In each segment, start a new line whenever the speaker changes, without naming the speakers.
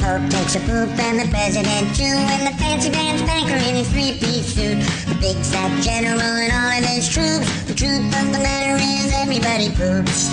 coat, picture poop, and the president too, and the fancy pants banker in his three-piece suit, the big fat general and all of his troops. The truth of the matter is everybody poops.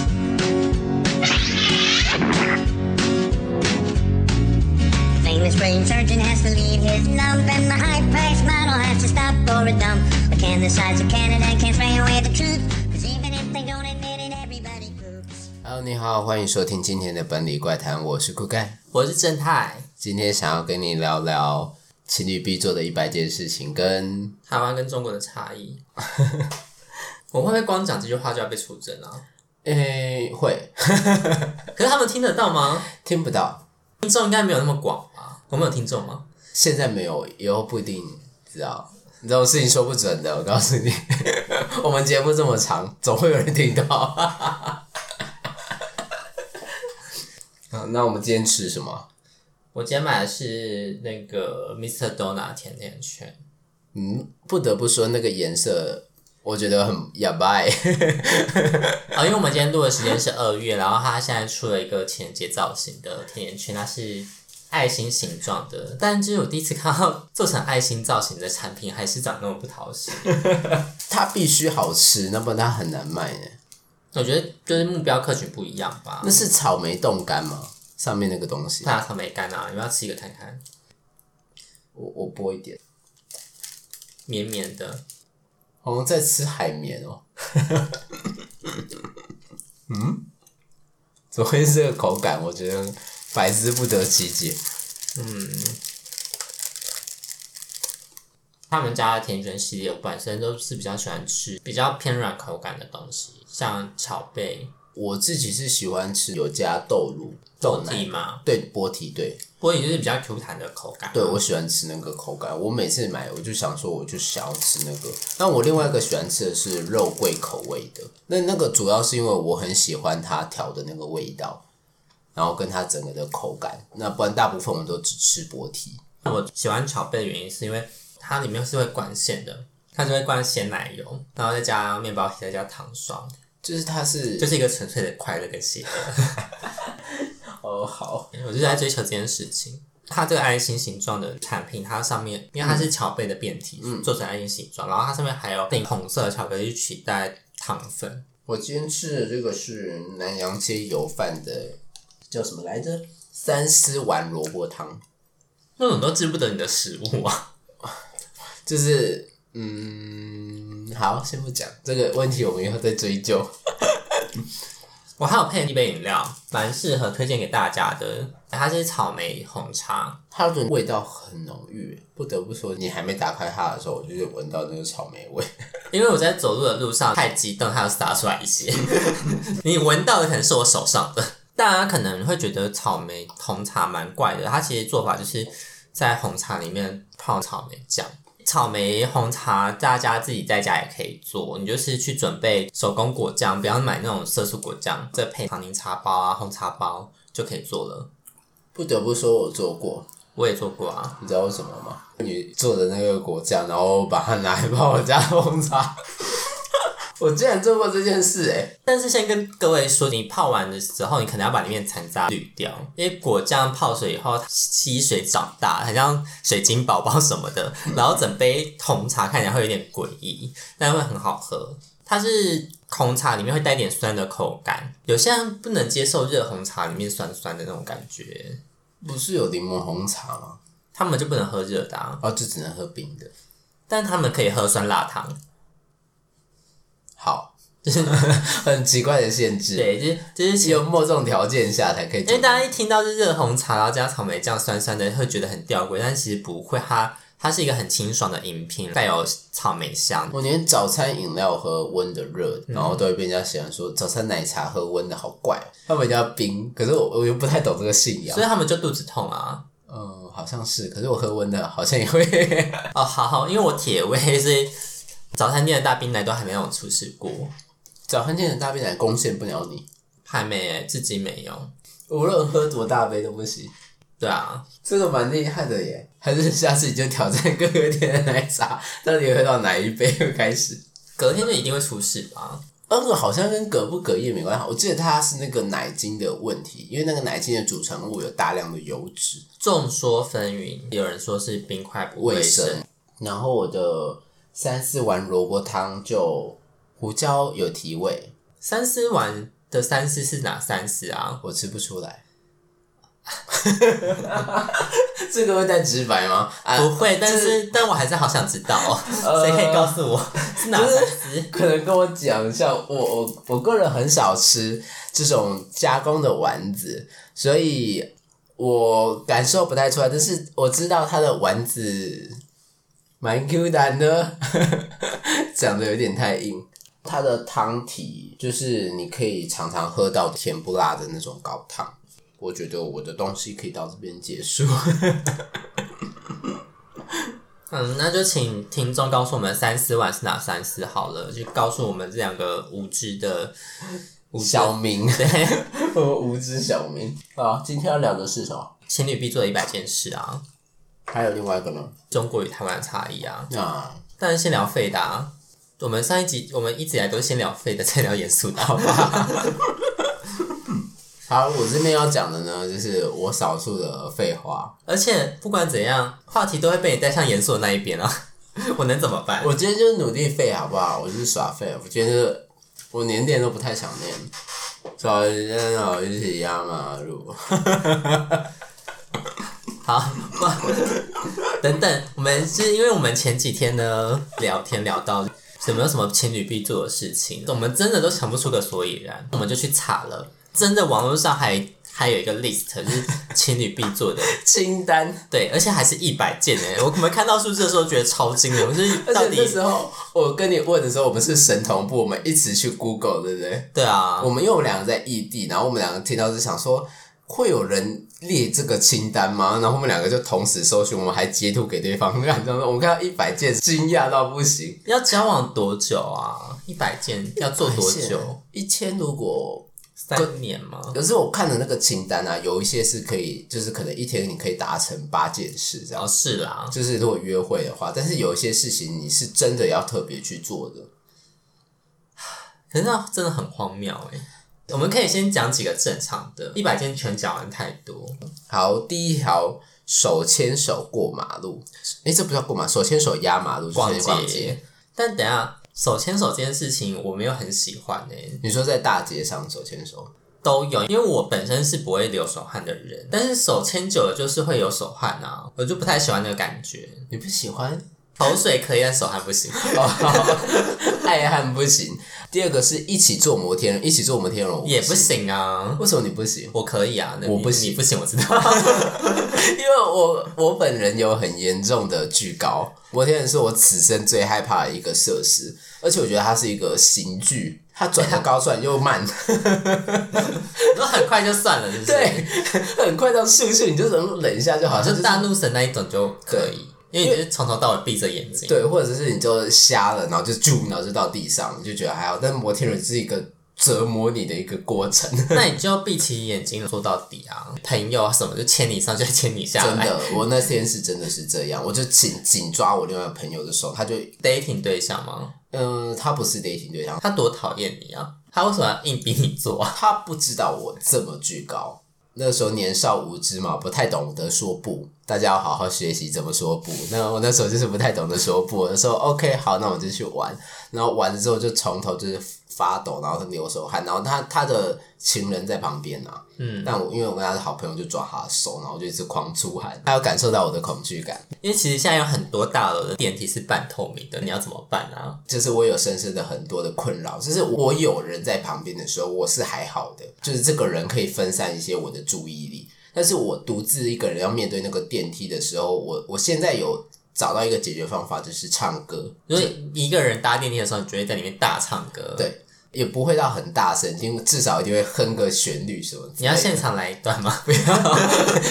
The famous brain surgeon has to leave his lump, and the high-priced model has to stop for a dump. But can the size of Canada can't spray away the truth? 'Cause even if they don't admit it, everybody poops.
Hello，你好，欢迎收听今天的《本里怪谈》，我是酷盖。
我是正太，
今天想要跟你聊聊情侣必做的一百件事情，跟
台湾跟中国的差 异。我会不会光讲这句话就要被出征啊？
诶、会
可是他们听得到吗？
听不到，
听众应该没有那么广吧？我们有听众吗？
现在没有，以后不一定知道。这种事情说不准的，我告诉你， 我们节目这么长，总会有人听到。 好，那我们今天吃什么？
我今天买的是那个 Mr. Dona 甜甜圈，
嗯，不得不说那个颜色，我觉得很哑巴欸。
啊、因为我们今天录的时间是二月，然后它现在出了一个情人节造型的甜甜圈，它是爱心形状的，但就是我第一次看到做成爱心造型的产品，还是长那么不讨喜。
它必须好吃，那不然它很难卖呢。
我觉得就是目标客群不一样吧。
那是草莓冻干吗？上面那个东西，
大草莓干啊，你们要吃一个看看，
我我剥一点，
绵绵的。
好像在吃海绵哦。 嗯，怎么会是这个口感？我觉得百思不得其解。
他们家的甜甜圈系列，我本身都是比较喜欢吃比较偏软口感的东西，像炒贝、
我自己是喜欢吃有加豆乳、豆
豆
奶
蒂，嘛，
对波提，对
不过也就是比较 Q 弹的口感。啊
对，我喜欢吃那个口感。我每次买，我就想说，我就想要吃那个。那我另外一个喜欢吃的是肉桂口味的，那那个主要是因为我很喜欢它调的那个味道，然后跟它整个的口感。那不然大部分我们都只吃薄提。
我喜欢炒贝的原因是因为它里面是会灌馅的，它就会灌鲜奶油，然后再加面包皮，再加糖霜，
就是它是
就是一个纯粹的快乐跟喜乐。
哦好，
我就是在追求这件事情。它这个爱心形状的产品，它上面因
嗯
为它是巧贝的变体，做成爱心形状，然后它上面还有用红色的巧克力去取代糖粉，
我今天吃的这个是南洋街油饭的，叫什么来着？三丝丸萝卜汤，
那种都治不得你的食物啊。
就是嗯，好，先不讲这个问题，我们以后再追究。
我还有配一杯饮料，蛮适合推荐给大家的，它是草莓红茶，
它的味道很浓郁，不得不说，你还没打开它的时候，我就是闻到那个草莓味。
因为我在走路的路上太激动，它有洒出来一些， 你闻到的可能是我手上的。大家可能会觉得草莓红茶蛮怪的，它其实做法就是在红茶里面泡草莓酱。草莓红茶大家自己在家也可以做，你就是去准备手工果酱，不要买那种色素果酱，再配糖凝茶包啊、红茶包就可以做了。
不得不说，我做过，
我也做过啊，
你知道为什么吗？你做的那个果酱，然后把它拿来泡我家的红茶， 我竟然做过这件事、欸，
但是先跟各位说，你泡完的时候，你可能要把里面的残渣滤掉，因为果酱泡水以后它吸水长大，很像水晶宝宝什么的，然后整杯红茶看起来会有点诡异，但会很好喝。它是红茶里面会带一点酸的口感，有些人不能接受热红茶里面酸酸的那种感觉，
不是有柠檬红茶吗？
他们就不能喝热的、啊，
哦，就只能喝冰的。
但他们可以喝酸辣汤。
好， 很奇怪的限制，
对，就是就是
只有某种条件下才可以
因
做
为。大家一听到是热红茶，然后加草莓酱酸酸的，会觉得很吊诡，但其实不会，它它是一个很清爽的饮品，带有草莓香。
我连早餐饮料喝温的、热的，
嗯
然后都会被人家喜欢说早餐奶茶喝温的好怪、哦，他们一定要冰。可是我我又不太懂这个信仰
所。以他们就肚子痛啊！
嗯，好像是，可是我喝温的，好像也会。
哦，好好，因为我铁胃，所以早餐店的大冰奶都还没有出事过，
早餐店的大杯奶贡献不了你，
还没耶，至今没有。
无论喝多大杯都不行。
对啊，
这个蛮厉害的耶，还是下次你就挑战各
嗯
个店的奶茶，到底喝到哪一杯会开始？
隔天就一定会出事吧？
二那个好像跟隔不隔夜没关系，我记得它是那个奶精的问题，因为那个奶精的组成物有大量的油脂。
众说纷纭，有人说是冰块不
卫
卫
生。然后我的三四碗萝卜汤就胡椒有提味，
三丝丸的三丝是哪三丝啊？
我吃不出来。 这个会太直白吗？啊，
不会，但是但我还是好想知道哦，谁可以告诉我 是哪三丝？
可能跟我讲一下，我我我个人很少吃这种加工的丸子，所以我感受不太出来。但是我知道它的丸子蛮 Q 弹的， 讲的有点太硬。它的汤体就是你可以常常喝到甜不辣的那种高汤。我觉得我的东西可以到这边结束。
嗯，那就请听众告诉我们三丝丸是哪三丝好了，就告诉我们这两个无知的无知
小明，
对
我 无知小明。好，今天要聊的是什么？
情侣必做的一百件事啊，
还有另外一个呢？
中国与台湾的差异啊。
啊。
当然先聊废的啊。我们上一集我们一直以来都是先聊废的，再聊严肃的，好 吧？
好，我这边要讲的呢，就是我少数的废话。
而且不管怎样，话题都会被你带上严肃的那一边啊。 我能怎么办？
我今天就是努力废，好不好？我就是耍废。我今天就是我连念都不太想念。早上好，一起压马路。
好， 不等等，我们是因为我们前几天呢聊天聊到有没有什么情侣必做的事情，我们真的都想不出个所以然，我们就去查了，真的网络上还还有一个 list 就是情侣必做的，
清单。
对，而且还是一百件哎，我们看到数字的时候觉得超惊人，就是
而
到
且那
底
时候我跟你问的时候，我们是神同步，我们一起去 Google，对不对？
对啊
我，们因为我们两个在异地，然后我们两个听到是想说，会有人列这个清单吗？然后我们两个就同时搜寻，我们还截图给对方看，这样子我们看到一百件，惊讶到不行。
要交往多久啊？一百件要做多久？？
一千如果
三年吗？
可是我看的那个清单啊，有一些是可以，就是可能一天你可以达成八件事这样
哦，。是啦，
就是如果约会的话，但是有一些事情你是真的要特别去做的。
可是那真的很荒谬哎、我们可以先讲几个正常的，一百件全讲完太多。
好，第一条手牵手过马路，诶，这不叫过马路，手牵手压马路，就是
逛
街
街，
逛街。
但等一下手牵手这件事情我没有很喜欢哎、
你说在大街上手牵手，
都有，因为我本身是不会流手汗的人，但是手牵久了就是会有手汗啊，我就不太喜欢那个感觉。
你不喜 欢？
口水可以，但手汗 不行。哦
爱汉不行。第二个是一起坐摩天轮，一起坐摩天轮我
也不，行啊，
为什么你不行？
我可以啊，那
我
你
不行
你不行，我知道。
因为我我本人有很严重的惧高，摩天轮是我此生最害怕的一个设施，而且我觉得它是一个刑具，它转的高转又慢，
那很快就算了，是不是？
对，很快到速速你就能忍一下就好，
就
像
是大怒神那一种就可以，因为你就是从头到尾闭着眼睛。，
对，或者是你就瞎了，然后就啾，然后就到地上，你就觉得还好，但摩天轮是一个折磨你的一个过程，
那你就闭起眼睛做到底啊！朋友啊什么就牵你上，就牵你下
真
来。
的，我那天是真的是这样，我就紧紧抓我另外朋友的手，他就
dating 对象吗？
嗯、他不是 dating 对象，
他多讨厌你啊！他为什么要硬逼你做啊？
他不知道我这么巨高，那时候年少无知嘛，不太懂得说不。大家要好好学习怎么说不。那我那时候就是不太懂得说不，我就说 OK 好，那我就去玩。然后玩了之后就从头就是发抖，然后流手汗，然后他他的情人在旁边啊，
嗯，
但我因为我跟他是好朋友，就抓他的手，然后我就一直狂出汗，他有感受到我的恐惧感，
因为其实现在有很多大楼的电梯是半透明的，你要怎么办啊？
就是我有深深的很多的困扰，就是我有人在旁边的时候，我是还好的，就是这个人可以分散一些我的注意力。但是我独自一个人要面对那个电梯的时候，我我现在有找到一个解决方法，就是唱歌，
如果你一个人搭电梯的时候，你就会在里面大唱歌。，
对，也不会到很大声，因为至少一定会哼个旋律什么之类的。
你要现场来一段吗？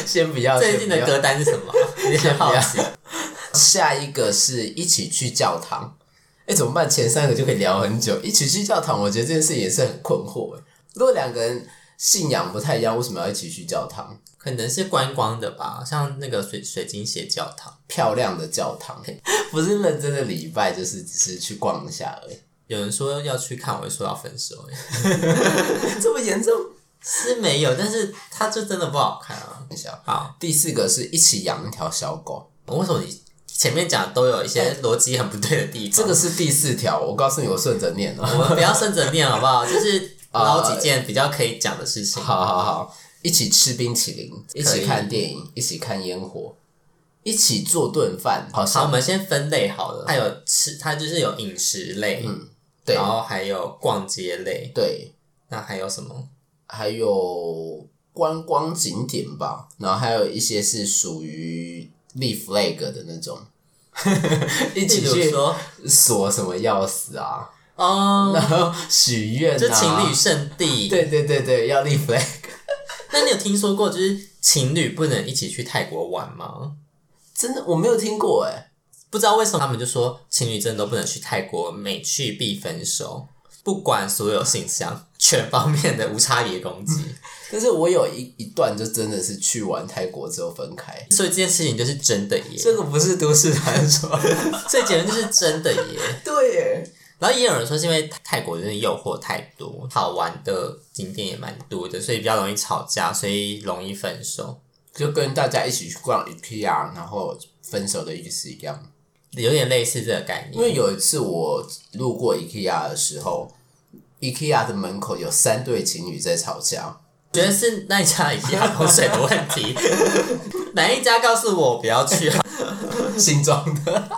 先不要
最近
先
的
不要
歌单是什么？ 你
先
很
不要
好奇。
下一个是一起去教堂。哎、怎么办？前三个就可以聊很久。一起去教堂，我觉得这件事也是很困惑。哎，如果两个人信仰不太一样，为什么要一起去教堂？
可能是观光的吧，像那个水水晶鞋教堂。
漂亮的教堂，不是认真的礼拜，就是只是去逛一下而已。
有人说要去看，我就说要分手、欸，
这么严重？
是没有，但是它就真的不好看啊。
等一下，
好，
第四个是一起养一条小狗，
为什么你前面讲都有一些逻辑很不对的地
这
方？
个是第四条。我告诉你，我顺着念
我
哦。
们不要顺着念好不好？ 就是捞
啊
几件比较可以讲的事情。
好好好，一起吃冰淇淋，一起看电影，一起看烟火，一起做顿饭，好
好，我
像
们先分类好了。它有吃，它就是有饮食类，
嗯对
然后还有逛街类，
对，
那还有什么？
还有观光景点吧，然后还有一些是属于立 flag 的那种， 一
例
起
如
去
说，
锁什么钥匙啊，
哦，
然后许愿、啊，
就情侣圣地。，
对对对对，要立 flag。
那你有听说过就是情侣不能一起去泰国玩吗？
真的，我没有听过哎、
不知道为什么他们就说情侣真的都不能去泰国，每去必分手，不管所有性向，全方面的无差别攻击。
但是我有一一段就真的是去完泰国之后分开，
所以这件事情就是真的耶，
这个不是都市传说。
所以结论就是真的耶。
对耶，
然后也有人说是因为泰国真的诱惑太多，好玩的景点也蛮多的，所以比较容易吵架，所以容易分手，
就跟大家一起去逛 IKEA，然后分手的意思一样。
有点类似这个概
因
念。
为有一次我路过 IKEA 的时候，IKEA 的门口有三对情侣在吵架，
觉得是那一家一样口水的问题， 哪一家告诉我不要去、啊，
新装的。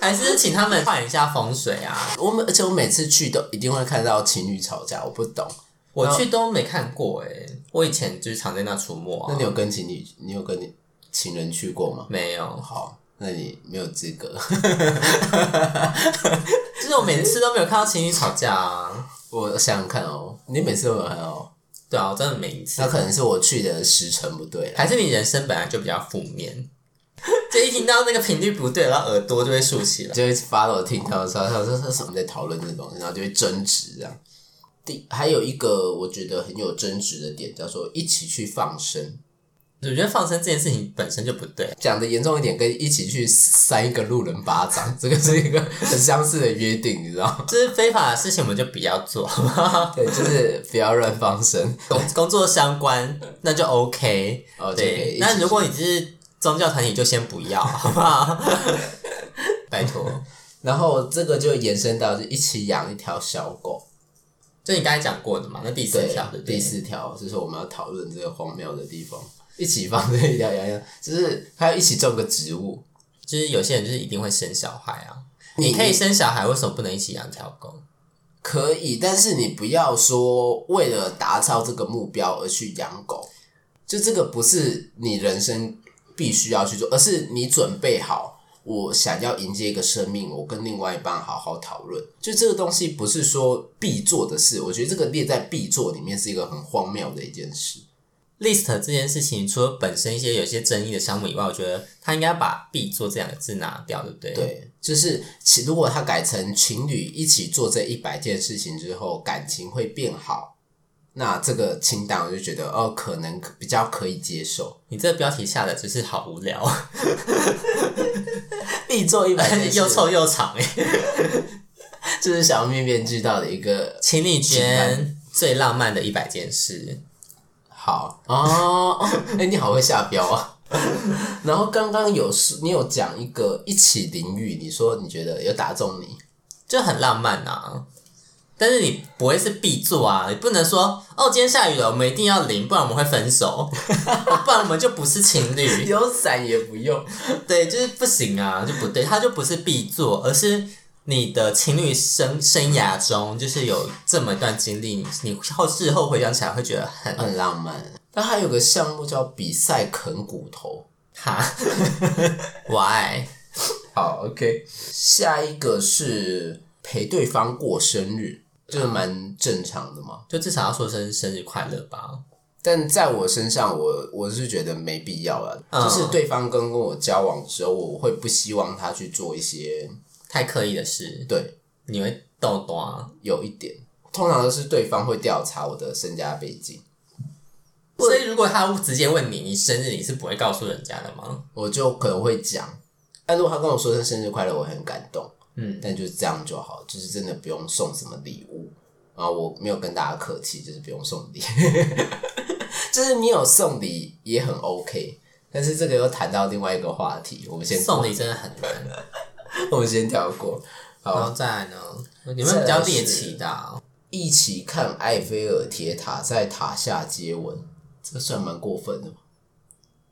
还是请他们换一下风水啊？
我们而且我每次去都一定会看到情侣吵架，我不懂。
我去都没看过哎、我以前就是常在那出没、
那
啊
你，有跟情侣，你有跟你情人去过吗？
没有，
好，那你没有资格。
就是我每次都没有看到情侣吵架啊。
我想想看哦，你每次都有看哦，
对啊，我真的每一次
那，可能是我去的时辰不对啦。
还是你人生本来就比较负面，就一听到那个频率不对，然后耳朵就会竖起来。
就会 follow 听他们说，他说他什么在讨论这种，然后就会争执这样。第还有一个我觉得很有争执的点，叫做一起去放生。
我觉得放生这件事情本身就不对，
讲的严重一点，跟一起去扇一个路人巴掌， 这个是一个很相似的约定，你知道吗？
就是非法的事情我们就不要做，好不好
对，就是不要乱放生。
工工作相关那就 OK。
哦，就可以
对
一，起
那如果你是宗教团体，就先不要，好不好？ 拜托，
然后这个就延伸到就一起养一条小狗，
就你刚才讲过的嘛，那第四
对
条对不对
第，四条就是我们要讨论这个荒谬的地方，一起放这一条羊羊，就是还要一起种个植物。
就是有些人就是一定会生小孩啊。
你
你可以生小孩，为什么不能一起养条狗？
可以，但是你不要说为了达到这个目标而去养狗，就这个不是你人生必须要去做，而是你准备好。我想要迎接一个生命，我跟另外一半好好讨论。就这个东西不是说必做的事，我觉得这个列在必做里面是一个很荒谬的一件事。
list 这件事情，除了本身一些有些争议的项目以外，我觉得他应该把“必做”这两个字拿掉，对不对？，
对，就是其如果他改成情侣一起做这一百件事情之后，感情会变好，那这个清单我就觉得哦，可能比较可以接受。
你这个标题下的真是好无聊，
必做一
又臭又长哎、
这是小面面俱到的一个
请你
请
捐最浪漫的一百件事，
好哦。 哎、你好会下标啊。 然后刚刚有说你有讲一个一起淋浴，你说你觉得有打中你，
就很浪漫啊。但是你不会是必做啊，你不能说哦，今天下雨了，我们一定要淋，不然我们会分手， 不然我们就不是情侣。
有伞也不用。
对，就是不行啊，就不对，它就不是必做，而是你的情侣生生涯中，就是有这么一段经历，你你后事后回想起来会觉得很
很浪漫。那还有个项目叫比赛啃骨头。
哈 ，why？
好，OK。下一个是陪对方过生日，这蛮正常的嘛。
就至少要说声生日快乐吧。
但在我身上我，我是觉得没必要了。
嗯
就是对方跟跟我交往之后，我会不希望他去做一些
太刻意的事，
对
你会啊豆多
有一点，通常都是对方会调查我的身家背景，
所以如果他直接问你你生日，你是不会告诉人家的吗？
我就可能会讲。但如果他跟我说声生日快乐，我会很感动。
嗯
但就是这样就好，就是真的不用送什么礼物。然后我没有跟大家客气，就是不用送礼， 就是你有送礼也很 OK。但是这个又谈到另外一个话题，我们先
送礼真的很难。
我们先跳过。
然
好，
后再来呢，你们比较猎奇的、啊，
一起看埃菲尔铁塔在塔下接吻，这个算蛮过分的吧。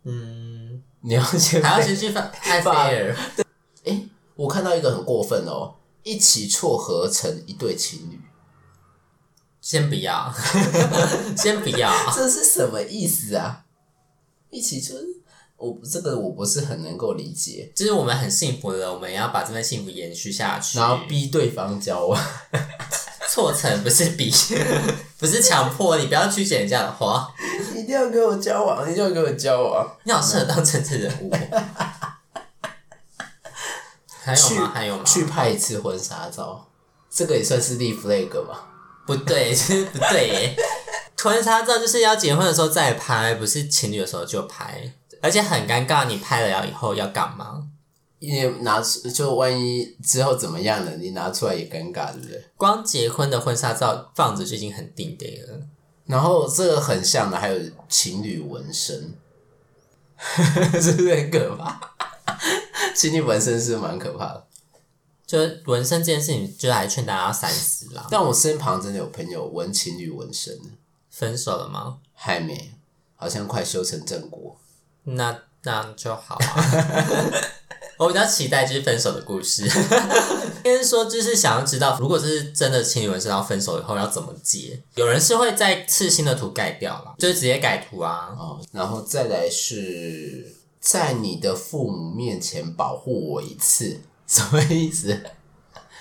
嗯，
你要先
还要
被
先去翻埃菲尔，
诶、我看到一个很过分哦，一起撮合成一对情侣，
先不要， 先不要，
这是什么意思啊？一起就是我这个我不是很能够理解。
就是我们很幸福的，我们也要把这份幸福延续下去。
然后逼对方交往，
错成不是比， 不是强迫你不要曲解人家的话。
一定要跟我交往，一定要跟我交往。
你好适合当政治人 物。还有吗？还有吗？
去拍一次婚纱照，这个也算是立 flag 吧？
不对， 就是不对耶。婚纱照就是要结婚的时候再拍，不是情侣的时候就拍，而且很尴尬。你拍了要以后要干嘛？
你拿出就万一之后怎么样了，你拿出来也尴尬，对不对？
光结婚的婚纱照放着就已经很定定了。
然后这个很像的还有情侣纹身， 是不是很可怕？ 情侣纹身是蛮可怕的。
就纹身这件事情，就还劝大家要三 思啦。
但我身旁真的有朋友纹情侣纹身的，
分手了吗？
还没，好像快修成正果。
那那就好、啊。 我比较期待就是分手的 故事，应该是说就是想要知道，如果是真的情侣纹身要分手以后要怎么解？有人是会在刺青的图改掉啦，就是直接改图啊。
哦，然后再来是在你的父母面前保护我一次，什么意思？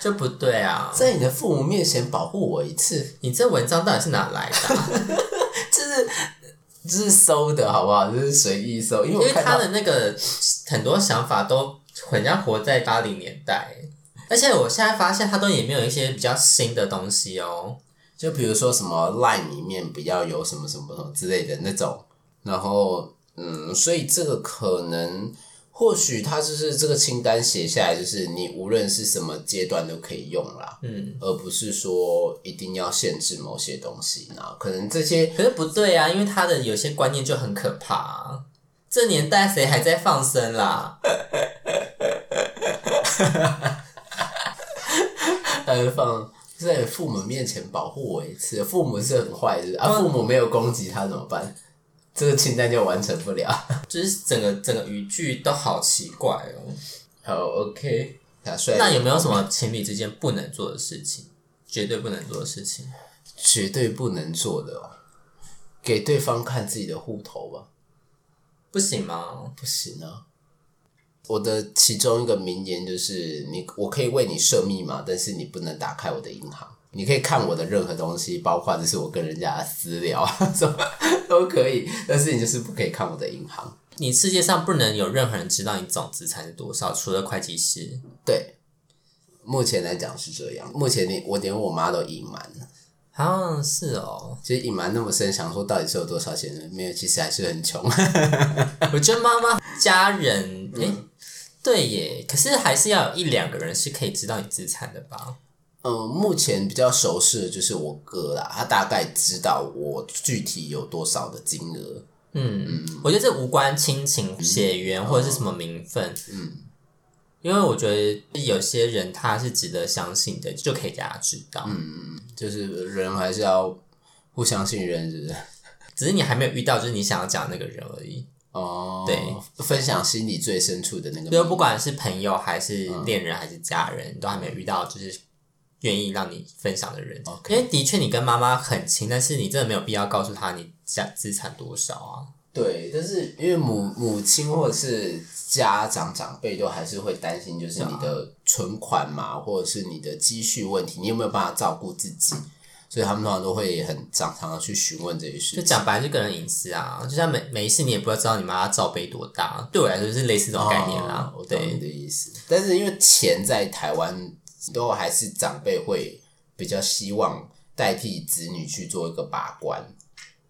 这不对啊！
在你的父母面前保护我一次，
你这文章到底是哪来的啊、
就是就是搜的好不好？就是随意搜，因为
因
我
为
看
他
到
的那个很多想法都很像活在八零年代，而且我现在发现他都也没有一些比较新的东西哦。
就比如说什么 line 里面比较有什么什么什么之类的那种，然后嗯，所以这个可能或许它就是这个清单写下来，就是你无论是什么阶段都可以用啦，
嗯，
而不是说一定要限制某些东西那可能这些
可是不对啊，因为他的有些观念就很可怕、啊。这年代谁还在放生啦？
呃放在父母面前保护我一次，父母是很坏的啊，父母没有攻击他怎么办？这个清单就完成不了。
就是整个整个语句都好奇怪哦。
好，OK，打算
那有没有什么情侣之间不能做的事情？绝对不能做的事情？
绝对不能做的、哦，给对方看自己的户头吧，
不行吗？
不行啊。我的其中一个名言就是：你，我可以为你设密码，但是你不能打开我的银行。你可以看我的任何东西，包括就是我跟人家的私聊 啊，什么都可以，但是你就是不可以看我的银行。
你世界上不能有任何人知道你总资产是多少，除了会计师。
对，目前来讲是这样。目前连我连我妈都隐瞒了，
啊，是哦，
其实隐瞒那么深，想说到底是有多少钱呢？没有，其实还是很穷。
我觉得妈妈家人，诶、
嗯
对耶，可是还是要有一两个人是可以知道你资产的吧？
嗯，目前比较熟识的就是我哥啦，他大概知道我具体有多少的金额。
嗯，我觉得这无关亲情、血缘或者是什么名分，
嗯，
因为我觉得有些人他是值得相信的，就可以给他知道。嗯，
就是人还是要互相信任，是不是？
只是你还没有遇到，就是你想要讲那个人而已。
哦，
对，
分享心里最深处的那个秘密，
就不管是朋友还是恋人还是家人，都还没有遇到就是愿意让你分享的人。
OK
因为的确你跟妈妈很亲，但是你真的没有必要告诉她你家资产多少啊。
对，但是因为母母亲或者是家长长辈都还是会担心，就是你的存款嘛，
嗯
或者是你的积蓄问题，你有没有办法照顾自己？所以他们通常都会很常常的去询问这些事
就
情。
讲白了就个人隐私啊，就像每每一次你也不知道你妈罩杯多大，对我来说就是类似这种概念啦。
哦我懂你
对，
的意思。但是因为钱在台湾都还是长辈会比较希望代替子女去做一个把关。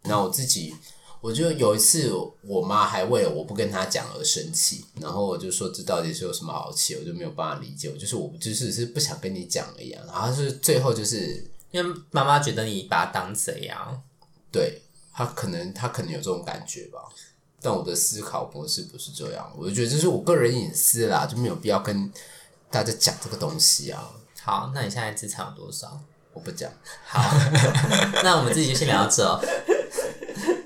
那我自己我就有一次，我妈还为了我不跟她讲而生气，然后我就说这到底是有什么好气，我就没有办法理解，我就是我就是是不想跟你讲而已、啊。然后她是最后就是
因为妈妈觉得你把他当贼啊。
对她可能她可能有这种感觉吧，但我的思考模式不是这样，我就觉得这是我个人隐私啦，就没有必要跟大家讲这个东西啊，
好，那你现在资产有多少？
我不讲。
好，那我们自己就先聊到这哦。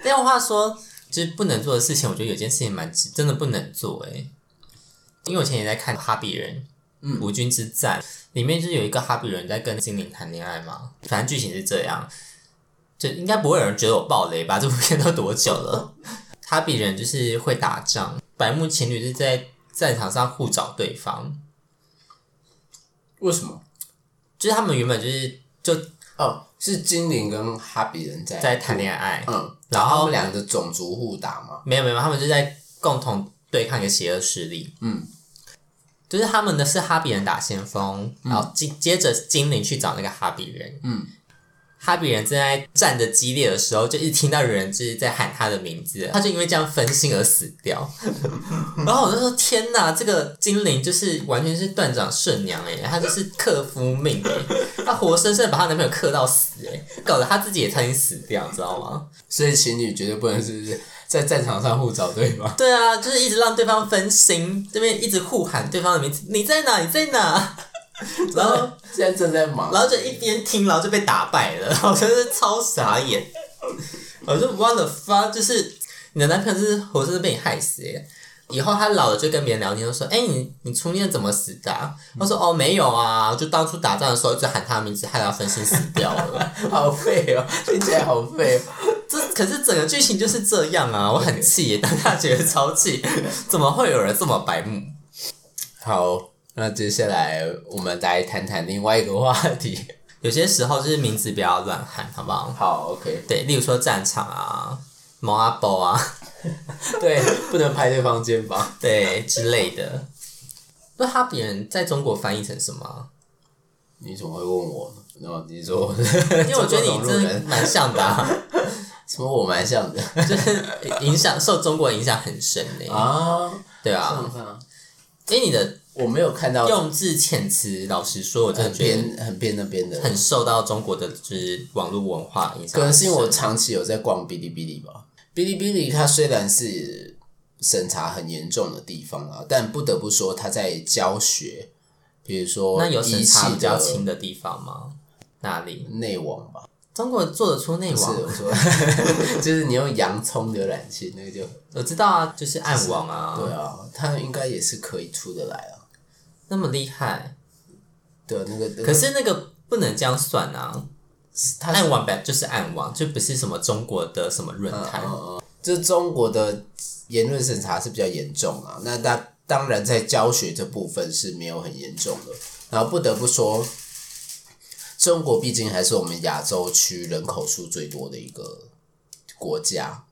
但话说，就是不能做的事情，我觉得有件事情蛮值，真的不能做诶、因为我以前也在看《哈比人》，嗯，无君之战里面就是有一个哈比人在跟精灵谈恋爱嘛，反正剧情是这样，就应该不会有人觉得我爆雷吧？这部片都多久了？哈比人就是会打仗，百慕情侣是在战场上互找对方，
为什么？
就是他们原本就是就
哦，是精灵跟哈比人在
在谈恋爱，
嗯，
然
他
后
们两个种族互打嘛，
没有没有，他们就在共同对抗一个邪恶势力。
嗯，
就是他们的是哈比人打先锋，然后接接着精灵去找那个哈比人。
嗯，
哈比人正在战的激烈的时候，就一直听到有人就是在喊他的名字，他就因为这样分心而死 掉。然后我就说：“天哪，这个精灵就是完全是断掌顺娘诶、他就是克夫命诶、他活生生地把她男朋友克到死诶、搞得她自己也差点死掉，你知道吗？”
所以情侣绝对不能是在战场上互找对 方。
对啊，就是一直让对方分心，这边一直互喊对方的名字，你在哪？你在哪？
哦
然后，
现在正在忙，
然后就一边听，然后就被打败了，我真是超傻眼。我就 what the fuck，就是你的男朋友就是活生生被你害死耶！以后他老了就跟别人聊天，就说：“哎、你你初恋怎么死的、啊？”他说：“哦，没有啊，就当初打仗的时候一直喊他的名字，害他分心死掉了。
好废哦，听起来好废哦。
这可是整个剧情就是这样啊，我很气耶，当下觉得超气， 怎么会有人这么白目？
好，那接下来我们来谈谈另外一个话题。
有些时候就是名字不要乱喊，好不好？
好，OK，
对，例如说战场啊、毛阿波啊，
对，不能拍对方肩膀。
对之类的。那哈比人在中国翻译成什么 啊？
你怎么会问我呢？那你说 我，
因为我觉
中
得你
国融入
这
人
蛮像的、啊，
什么我蛮像的
就是影响受中国影响很深呢、
啊？
对
像
啊，
像，
因为你的
我没有看到
用字遣词，老实说，我真
很
的觉得
边很边那边的，
很受到中国的就是网络文化影响很深。
可能是因为我长期有在逛哔哩哔哩吧。哔哩哔哩它虽然是审查很严重的地方啊，但不得不说它在教学，比如说
那有审
仪
查
器
比较
的
轻的地方吗？哪里？
内网吧，
中国做得出内
不是
网？啊
我说， 就是你用洋葱浏览器那个就
我知道啊，就是暗网啊，
对啊，它应该也是可以出得来啊。
那么厉害。
对啊，那个那个
可是那个不能这样算啊，
它是
暗网本来就是暗网，就不是什么中国的什么论坛。
嗯这中国的言论审查是比较严重啊。那当当然在教学这部分是没有很严重的。然后不得不说，中国毕竟还是我们亚洲区人口数最多的一个国家。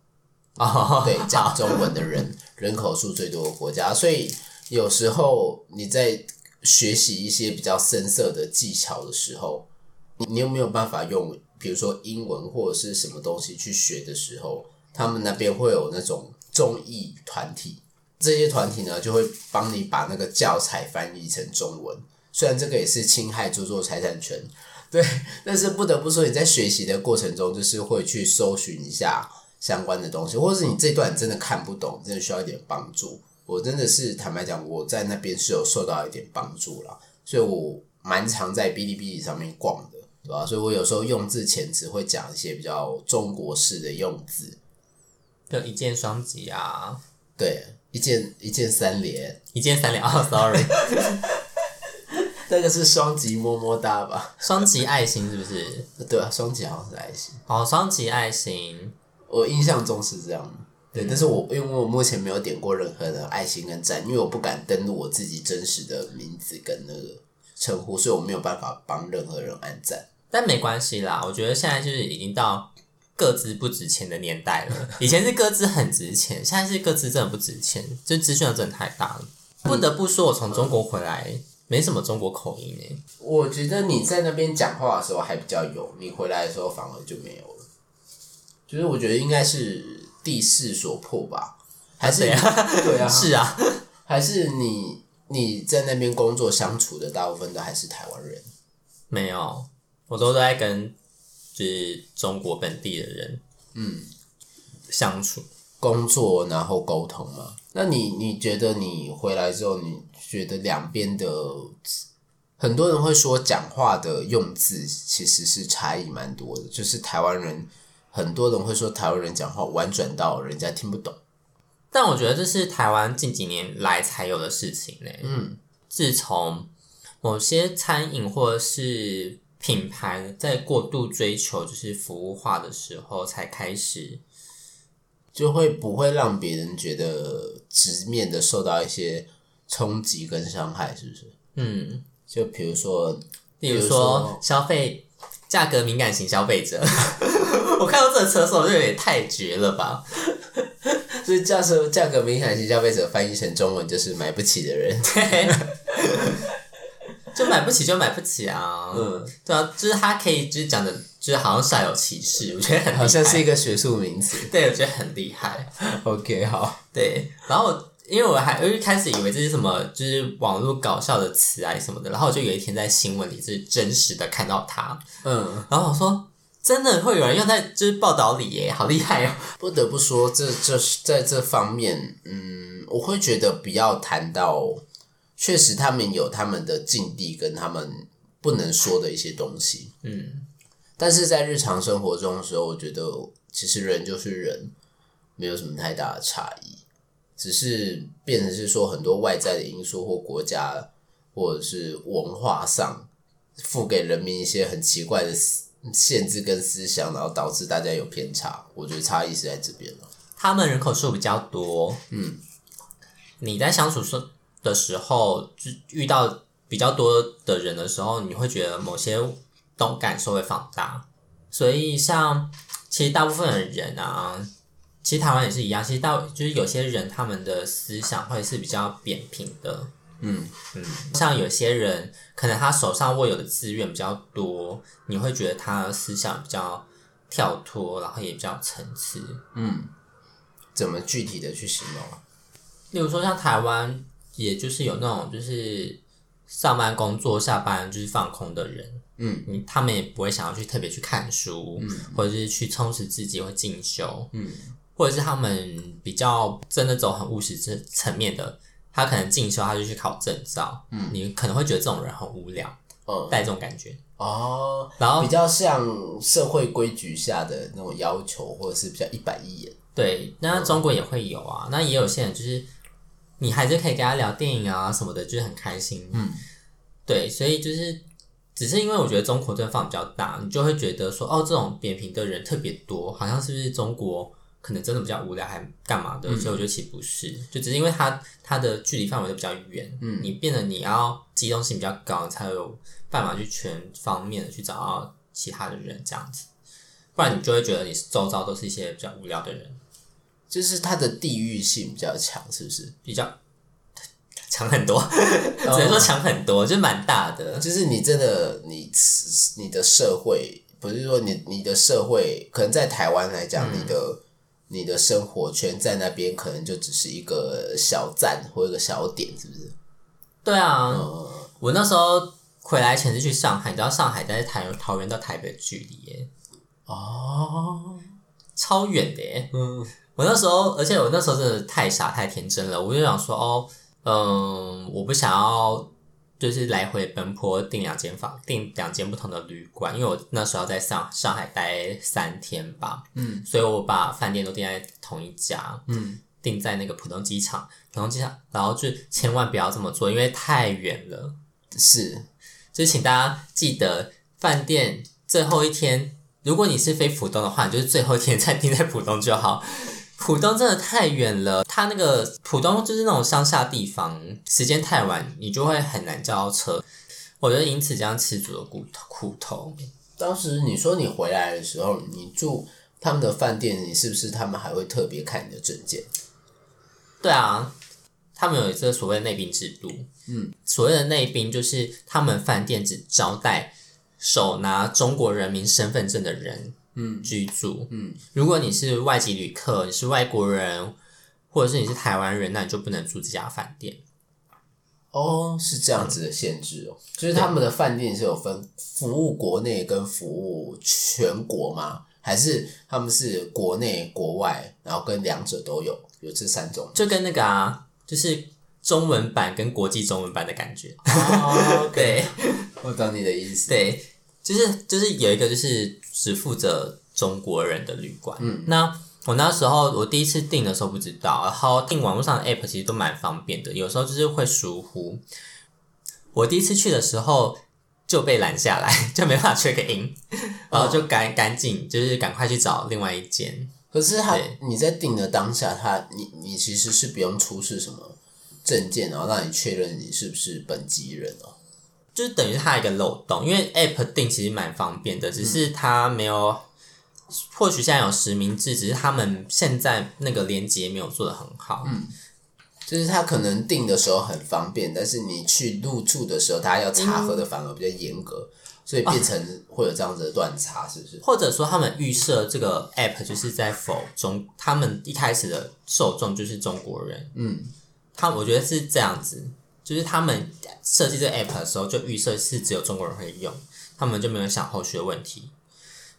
哦，
对讲中文的人人口数最多的国家，所以有时候你在学习一些比较深色的技巧的时候，你你有没有办法用，比如说英文或者是什么东西去学的时候，他们那边会有那种中译团体，这些团体呢就会帮你把那个教材翻译成中文，虽然这个也是侵害著作财产权。 对，但是不得不说，你在学习的过程中，就是会去搜寻一下相关的东西，或者是你这段真的看不懂，真的需要一点帮助。我真的是坦白讲，我在那边是有受到一点帮助啦，所以我蛮常在哔哩哔哩上面逛的，对吧、所以我有时候用字遣词会讲一些比较中国式的用字，
就一键双击啊，
对，一键一键三连，
一键三连。哦，sorry，
那个是双击么么哒吧？
双击爱心是不是？
对啊，双击好像是爱心，
哦，双击爱心。
我印象中是这样的。对，但是我因为我目前没有点过任何的爱心跟赞，因为我不敢登录我自己真实的名字跟那个称呼，所以我没有办法帮任何人按赞。
但没关系啦，我觉得现在就是已经到各自不值钱的年代了。以前是各自很值钱，现在是各自真的不值钱，就资讯量真的太大了。不得不说，我从中国回来没什么中国口音欸诶、
我觉得你在那边讲话的时候还比较有，你回来的时候反而就没有了。就是我觉得应该是地势所迫吧？还是
对
对 啊，
是啊，
还是你你在那边工作相处的大部分都还是台湾人？
没有，我都在跟就是中国本地的人
嗯，
相处。
工作然后沟通嘛。那你你觉得你回来之后，你觉得两边的很多人会说讲话的用字其实是差异蛮多的，就是台湾人很多人会说台湾人讲话婉转到人家听不懂。
但我觉得这是台湾近几年来才有的事情嘞、
嗯
自从某些餐饮或者是品牌在过度追求就是服务化的时候，才开始
就会不会让别人觉得直面的受到一些冲击跟伤害，是不是？
嗯，
就比如说，
例如
比如说
说消费价格敏感型消费者。 我看到这个车的时候，我就有点太绝了吧？
所以价格价格敏感型消费者翻译成中文就是买不起的人。
对，就买不起就买不起啊。
嗯，
对啊，就是他可以就是讲的，就是好像煞有其事，我觉得很厉害
好像是一个学术名词。
对，我觉得很厉害。
OK，好，
对，然后我因为我还我一开始以为这是什么，就是网络搞笑的词啊什么的，然后我就有一天在新闻里是真实的看到它，
嗯，
然后我说真的会有人用在就是报道里耶，好厉害哦！
不得不说，这这在这方面，嗯，我会觉得不要谈到，确实他们有他们的境地跟他们不能说的一些东西，
嗯，
但是在日常生活中的时候，我觉得其实人就是人，没有什么太大的差异，只是变成是说很多外在的因素或国家或者是文化上付给人民一些很奇怪的思限制跟思想，然后导致大家有偏差。我觉得差异是在这边哦了。
他们人口数比较多，
嗯，
你在相处时的时候，就遇到比较多的人的时候，你会觉得某些东感受会放大。所以像其实大部分的人啊，其实台湾也是一样，其实大就是有些人他们的思想会是比较扁平的，
嗯
嗯，像有些人可能他手上握有的资源比较多，你会觉得他思想比较跳脱，然后也比较有层次。
嗯，怎么具体的去形容啊？
例如说像台湾，也就是有那种就是上班工作、下班就是放空的人，
嗯
嗯，他们也不会想要去特别去看书，或者是去充实自己或进修，
嗯
或者是他们比较真的走很务实这层面的，他可能进修他就去考证照，嗯，你可能会觉得这种人很无聊，
嗯
带这种感觉。
哦，
然后
比较像社会规矩下的那种要求，或者是比较一板一眼。
对，那中国也会有啊，那也有些人就是你还是可以跟他聊电影啊什么的，就是很开心。
嗯，
对，所以就是只是因为我觉得中国这放比较大，你就会觉得说哦，这种扁平的人特别多，好像是不是中国可能真的比较无聊，还干嘛的？所以我觉得其实不是，就只是因为它它的距离范围都比较远，嗯，你变得你要机动性比较高，你才有办法去全方面的去找到其他的人这样子。不然你就会觉得你周遭都是一些比较无聊的人，
就是它的地域性比较强，是不是？
比较强很多， 只能说强很多，就蛮大的。
就是你真的你你的社会，不是说你你的社会，可能在台湾来讲，你的你的生活圈在那边可能就只是一个小站或一个小点，是不是？
对啊，
呃，
我那时候回来前是去上海，你知道上海在台桃园到台北的距离耶，
哦，
超远的耶。
嗯
我那时候，而且我那时候真的太傻太天真了，我就想说，哦，嗯，我不想要就是来回奔波订两间房，订两间不同的旅馆，因为我那时候要在上上海待三天吧，
嗯，
所以我把饭店都订在同一家，
嗯，
订在那个浦东机场，浦东机场，然后就千万不要这么做，因为太远了。
是
就是请大家记得，饭店最后一天，如果你是飞浦东的话，你就是最后一天再订在浦东就好。浦东真的太远了，它那个浦东就是那种乡下地方，时间太晚，你就会很难叫到车。我觉得因此这样吃足了苦头苦头。
当时你说你回来的时候，你住他们的饭店，你是不是他们还会特别看你的证件？
对啊，他们有这个所谓的内宾制度。嗯，所谓的内宾就是他们饭店只招待手拿中国人民身份证的人。
嗯
居住。
嗯，
如果你是外籍旅客，你是外国人，或者是你是台湾人，那你就不能住这家饭店。
哦，是这样子的限制哦，就是他们的饭店是有分服务国内跟服务全国吗？还是他们是国内国外，然后跟两者都有，有这三种？
就跟那个啊，就是中文版跟国际中文版的感觉。
哦，
对
我懂你的意思。
对，就是就是有一个就是只负责中国人的旅馆。嗯，那我那时候我第一次订的时候不知道，然后订网络上的 app 其实都蛮方便的，有时候就是会疏忽。我第一次去的时候就被拦下来， 就没办法 check in，然后就赶赶紧就是赶快去找另外一间。
可是他
对
你在订的当下，他你你其实是不用出示什么证件，然后让你确认你是不是本籍人哦。
就是等于它有一个漏洞，因为 App 定其实蛮方便的，只是它没有，或许现在有实名制，只是他们现在那个连接没有做的很好。嗯，
就是他可能订的时候很方便，但是你去入住的时候，他要查核的反而比较严格，所以变成会有这样子的断查，是不是？
或者说他们预设这个 App 就是在否中，他们一开始的受众就是中国人。
嗯，
他我觉得是这样子，就是他们设计这个 App 的时候就预设是只有中国人会用，他们就没有想后续的问题，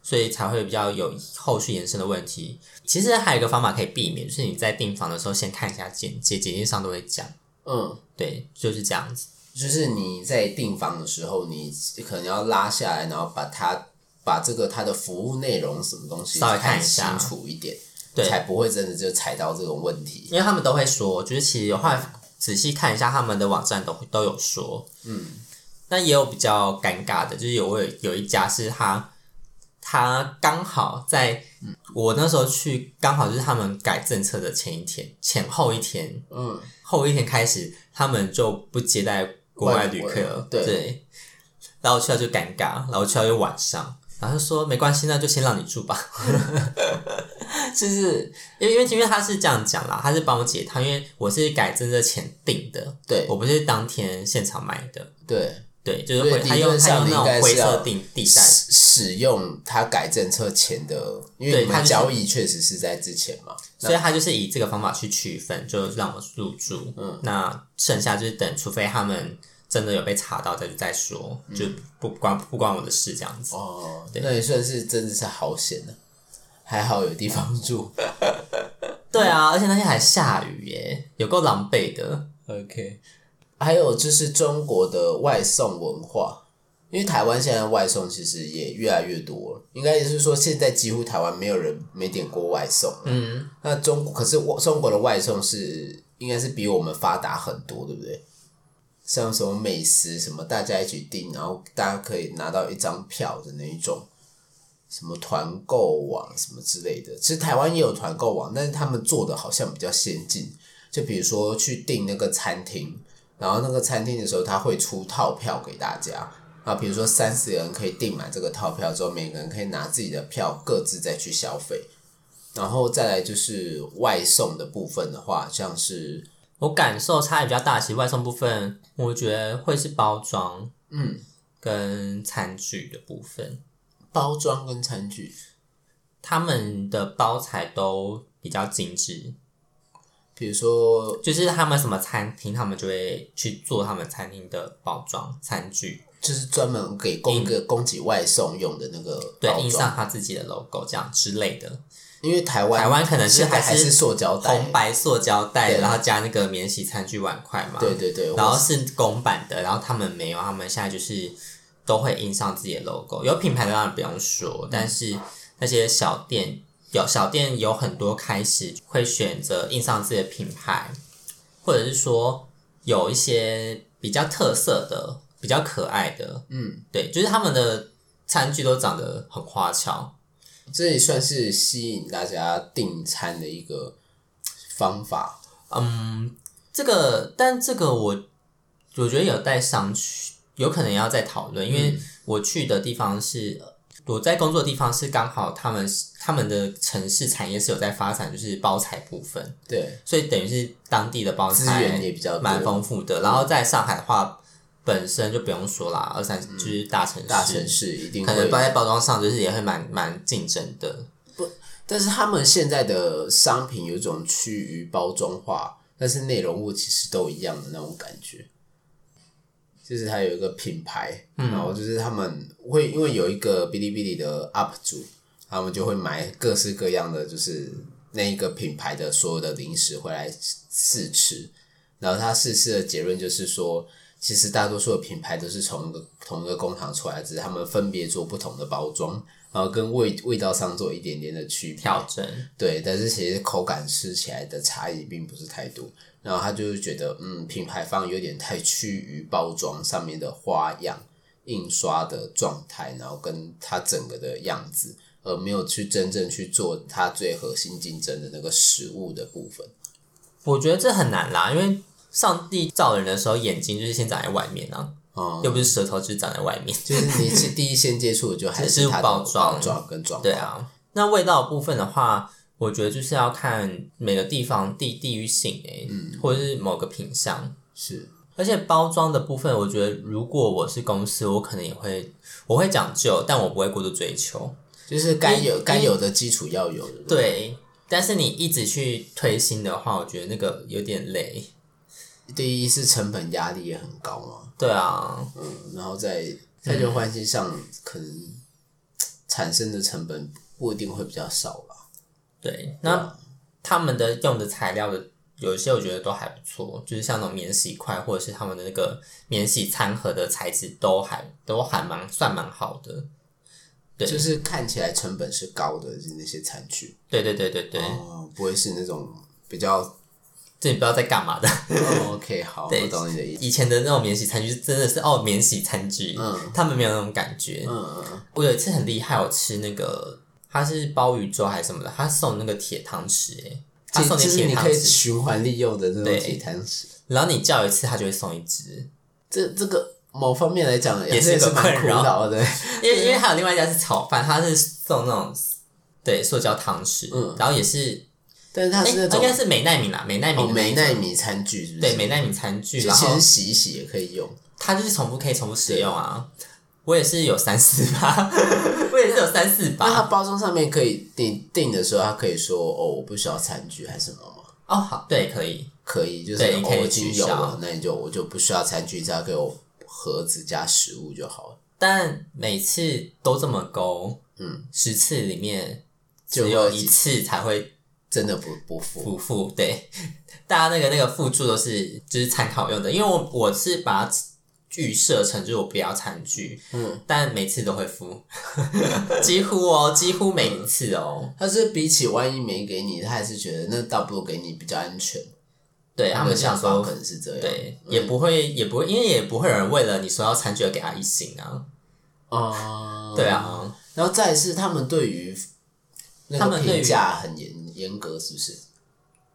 所以才会比较有后续延伸的问题。其实还有一个方法可以避免，就是你在订房的时候先看一下简介，简介上都会讲，
嗯，
对，就是这样子。
就是你在订房的时候，你可能要拉下来，然后把它把这个它的服务内容什么东西
稍微看
看
一下
清楚一点，
对
才不会真的就踩到这种问题。
因为他们都会说，就是其实后来仔细看一下他们的网站都都有说，嗯，那也有比较尴尬的，就是有我有有一家是他他刚好在、我那时候去，刚好就是他们改政策的前一天前后一天
嗯，
后一天开始，他们就不接待国外旅
外国
客
人，对
然后我去到就尴尬，然后我去到就晚上，然后就说没关系，那就先让你住 吧。就是因为因为因为他是这样讲啦，他是帮我解套，因为我是改正这前定的，
对
我不是当天现场买的，
对，
对，就是
所
会
以
他
理
用
论
他
上
用
你应
那
该
种灰
是要
色定地带，
使使用它改政策前的，因为
对
你
它
们
就是
交易确实是在之前嘛。
所以他就是以这个方法去区分，就让我入住。嗯，那剩下就是等，除非他们真的有被查到，再再说，就不关不关我的事这样子。
嗯哦，那也算是真的是好险的、还好有地方住。
对啊，而且那天还下雨耶，有够狼狈的。
OK，还有就是中国的外送文化，因为台湾现在外送其实也越来越多了，应该也是说现在几乎台湾没有人没点过外送了。
嗯，
那中国可是我中国的外送是应该是比我们发达很多，对不对？像什么美食什么，大家一起订，然后大家可以拿到一张票的那一种，什么团购网什么之类的。其实台湾也有团购网，但是他们做的好像比较先进。就比如说去订那个餐厅，然后那个餐厅的时候，他会出套票给大家。啊，比如说三四个人可以订满这个套票之后，每个人可以拿自己的票，各自再去消费。然后再来就是外送的部分的话，像是
我感受差异比较大，其实外送部分，我觉得会是包装，
嗯，
跟餐具的部分，
包装跟餐具，
他们的包材都比较精致，
比如说
就是他们什么餐厅，他们就会去做他们餐厅的包装餐具。
就是专门给供给供给外送用的那个
嗯对，
包
印上
装，
他自己的 logo 这样之类的。
因为台湾
台湾可能是
现在
还
还
是
是塑胶袋，
红白塑胶袋，
对
然后加那个免洗餐具碗筷嘛。
对。对对，
然后
或是
是公版的，然后他们没有，他们现在就是都会印上自己的 logo。有品牌的当然不用
嗯
说，但是那些小店有小店有很多开始会选择印上自己的品牌，或者是说有一些比较特色的、比较可爱的，
嗯，
对，就是他们的餐具都长得很花俏。
这也算是吸引大家订餐的一个方法。
嗯，这个，但这个我我觉得有待商榷，有可能要再讨论，因
嗯
为我去的地方是。我在工作的地方是刚好他们他们的城市产业是有在发展，就是包材部分，
对，
所以等于是当地的包材
资源也比较多
蛮丰富的。然后在上海的话，本身就不用说啦，二三就是大城市，
嗯大城市一定
可能
会
包在包装上就是也会蛮蛮竞争
嗯
的。
但是他们现在的商品有一种趋于包装化，但是内容物其实都一样的那种感觉。就是它有一个品牌，然后就是他们会因为有一个哔哩哔哩的 UP 主，他们就会买各式各样的，就是那一个品牌的所有的零食回来试吃。然后他试吃的结论就是说，其实大多数的品牌都是从一个同一个工厂出来，只是他们分别做不同的包装，然后跟味味道上做一点点的区别
调整，
对，但是其实口感吃起来的差异并不是太多。然后他就是觉得，嗯，品牌方有点太趋于包装上面的花样、印刷的状态，然后跟它整个的样子，而没有去真正去做它最核心竞争的那个食物的部分。
我觉得这很难啦，因为上帝造人的时候，眼睛就是先长在外面啊，
哦、
又不是舌头就是长在外面。
就是你是第一先接触的，就还
只
是
是
它的
包装
包装跟装
对啊，那味道的部分的话，我觉得就是要看每个地方地地域性诶、
嗯
或者是某个品相。
是
而且包装的部分，我觉得如果我是公司，我可能也会我会讲究，但我不会过度追求。
就是该
因
有
因
该有的基础要有的。
对，但是你一直去推新的话，我觉得那个有点累。
第一是成本压力也很高嘛，
对啊，
嗯，然后在在旧换新上，可能嘖产生的成本不一定会比较少吧。
对，那他们的用的材料的有一些我觉得都还不错，就是像那种免洗块或者是他们的那个免洗餐盒的材质都还都还蛮算蛮好的。对
就是看起来成本是高的就是那些餐具，
对对对对对，
哦，不会是那种比 较、
这你不知道在干嘛的。
哦 OK 好，
对
我懂你的意思。
以前的那种免洗餐具是真的是哦，免洗餐具，
嗯
他们没有那种感觉。
嗯嗯，嗯
我有一次很厉害，我吃那个它是鲍鱼粥还是什么的，他送那个铁汤匙、欸，他
其
送你
其实
铁
你
汤
可以
匙，
循环利用的那
对
种铁汤匙，
然后你叫一次，他就会送一只。
这这个某方面来讲
也是
也
个
是蛮
困
苦
扰
恼 的。
因为因为还有另外一家是炒饭，它是送那种对塑胶汤匙，
嗯
然后也是
但是它
哎、
是那
应
种
该是美奈米啦，美奈米
哦
的那
美
一种
奈米餐具，是不是？
对美奈米餐具，
就
然
其
后
实洗一洗也可以用。
它就是重复可以重复使用啊。我也是有三四把， 我也是有三四
那它
把。
包装上面可以订订的时候，它可以说哦，我不需要餐具还是什么吗？
哦，好，对，可以，
可以，就是
对你
哦
可以
我已经
取
有
消
了，那你就我就不需要餐具，只要给我盒子加食物就好了。
但每次都这么勾，
嗯，
十次里面
就
只有
会
一次才会
真的不不付，
补付，对，大家那个那个附注都是就是参考用的，因为我我是把它预设成就是我不要餐具，
嗯，
但每次都会付，几乎哦，几乎每一次哦，
但是比起万一没给你，他还是觉得那倒不如给你比较安全。
对他们
想嗯
想
法
说
可，能是这样，
对，也不会也不会，因为也不会有人为了你说要餐具而给他一星啊，
哦，
对。啊，
然后再来是他们对于那
他
个
们对于
评价很严严格，是不是？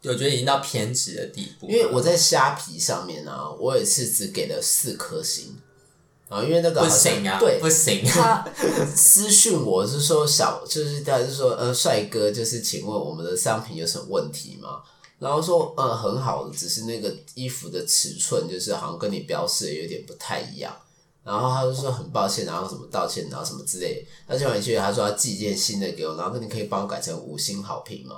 我觉得已经到偏执的地步了，
因为我在虾皮上面啊，我也是只给了四颗星，然后因为那个
不
好像
行啊，
对
不，行，啊
他私讯我是说小，就是他是说呃，帅哥，就是请问我们的商品有什么问题吗？然后说呃很好的，只是那个衣服的尺寸就是好像跟你标示的有点不太一样。然后他就说很抱歉，然后什么道歉，然后什么之类的。那就回去他说要寄一件新的给我，然后你可以帮我改成五星好评吗？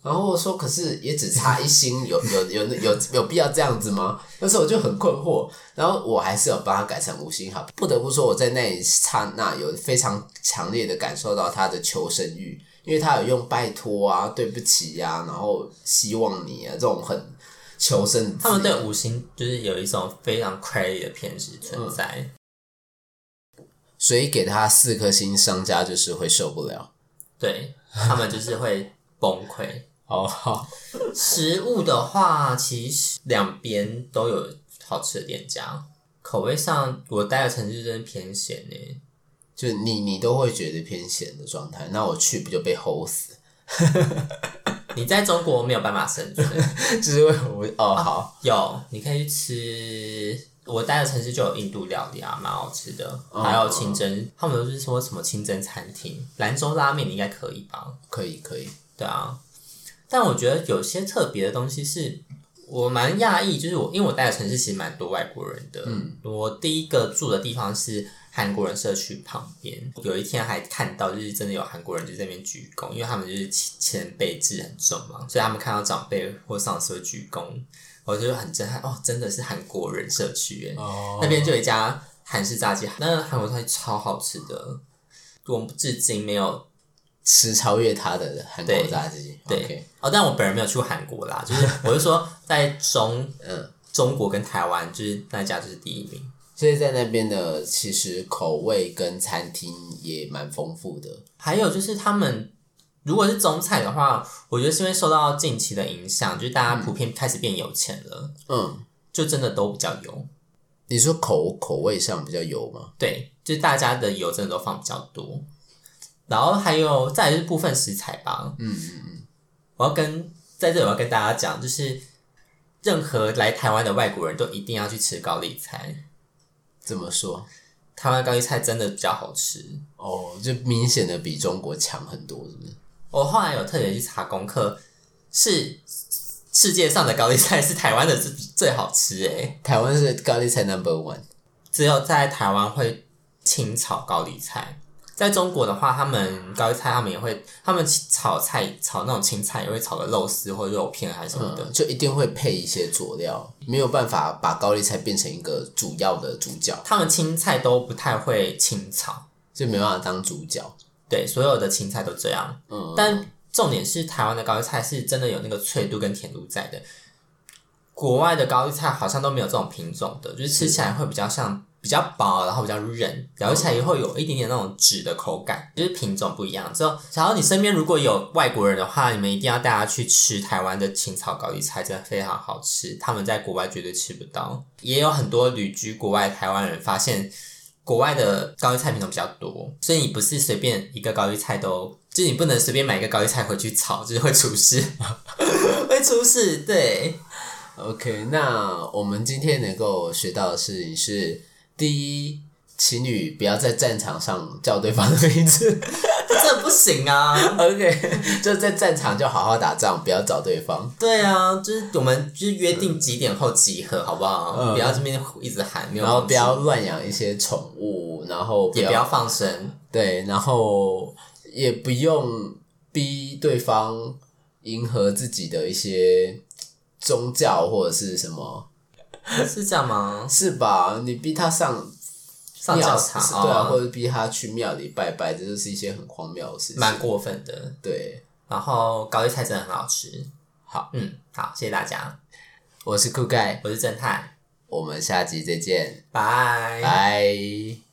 然后我说，可是也只差一星，有 有有有有必要这样子吗？但是我就很困惑，然后我还是有帮他改成五星好评。不得不说，我在那一刹那有非常强烈的感受到他的求生欲，因为他有用拜托啊、对不起呀、然后希望你啊这种很求生的字眼。
他们对五星就是有一种非常 crazy 的偏执
嗯
存在。
所以给他四颗星，商家就是会受不了。
对他们就是会崩溃。
哦，好，
食物的话，其实两边都有好吃的店家。口味上，我待的城市真的偏咸呢、
就你你都会觉得偏咸的状态，那我去不就被齁死？
你在中国没有办法生存。
就是为我哦
啊
好
有，你可以去吃。我待的城市就有印度料理啊，蛮好吃的，
哦
还有清真，他们都是说什么清真餐厅，兰州拉面你应该可以吧？
可以可以，
对啊，但我觉得有些特别的东西是我蛮讶异，就是我因为我待的城市其实蛮多外国人的。嗯，我第一个住的地方是韩国人社区旁边，有一天还看到就是真的有韩国人就在那边鞠躬，因为他们就是前前辈制很重嘛，所以他们看到长辈或上司会鞠躬，我就很震撼哦，真的是韩国人社区耶。
哦
那边就有一家韩式炸鸡，那韩国炸鸡超好吃的，我至今没有
吃超越它的韩国
对
炸鸡。
对
OK
哦，但我本人没有去过韩国啦，就是 我就说在中呃
嗯，
中国跟台湾，就是那家就是第一名。
所以在那边的其实口味跟餐厅也蛮丰富的。
还有就是他们如果是中菜的话，我觉得是因为受到近期的影响，就是大家普遍开始变有钱了，
嗯，
就真的都比较油。
你说口口味上比较油吗？
对，就是大家的油真的都放比较多。然后还有再来就是部分食材吧，
嗯嗯嗯，
我要跟在这里我要跟大家讲，就是任何来台湾的外国人都一定要去吃高丽菜，
怎么说？
台湾高丽菜真的比较好吃。
哦，就明显的比中国强很多，是不是？
我后来有特别去查功课，是世界上的高丽菜是台湾的是最好吃诶、
台湾是高丽菜 number one，
只有在台湾会清炒高丽菜，在中国的话，他们高丽菜他们也会，他们炒菜炒那种青菜也会炒个肉丝或肉片还是什么的，
嗯，就一定会配一些佐料，没有办法把高丽菜变成一个主要的主角，
他们青菜都不太会清炒，
就没办法当主角。
对，所有的青菜都这样，
嗯，
但重点是台湾的高丽菜是真的有那个脆度跟甜度在的，国外的高丽菜好像都没有这种品种的，就是吃起来会比较像比较薄，然后比较韧，咬起来也会有一点点那种纸的口感，就是品种不一样。之后，然后你身边如果有外国人的话，你们一定要带他去吃台湾的青草高丽菜，真的非常好吃，他们在国外绝对吃不到。也有很多旅居国外的台湾人发现。国外的高丽菜品种比较多，所以你不是随便一个高丽菜都，就是你不能随便买一个高丽菜回去炒，就是会出事， 会出事。对，
OK，那我们今天能够学到的事情是：第一，情侣不要在战场上叫对方的名 字。
这不行啊！
OK，就在战场就好好打仗，不要找对方。
对啊，就是我们就是约定几点后集合，好不好？
嗯
不要这边一直喊，没有
然后
东
不
西
要乱养一些宠物，然后
也不要放生，
对，然后也不用逼对方迎合自己的一些宗教或者是什么，
是这样吗？
是吧？你逼他上
上
庙
教
是
场
对啊，或
哦，
者逼他去庙里拜拜，这就是一些很荒谬的事情。
蛮过分的。
对，
然后高丽菜真的很好吃。
好，
嗯，好，谢谢大家，
我是酷盖，
我是正太，
我们下集再见，
哎拜。
拜。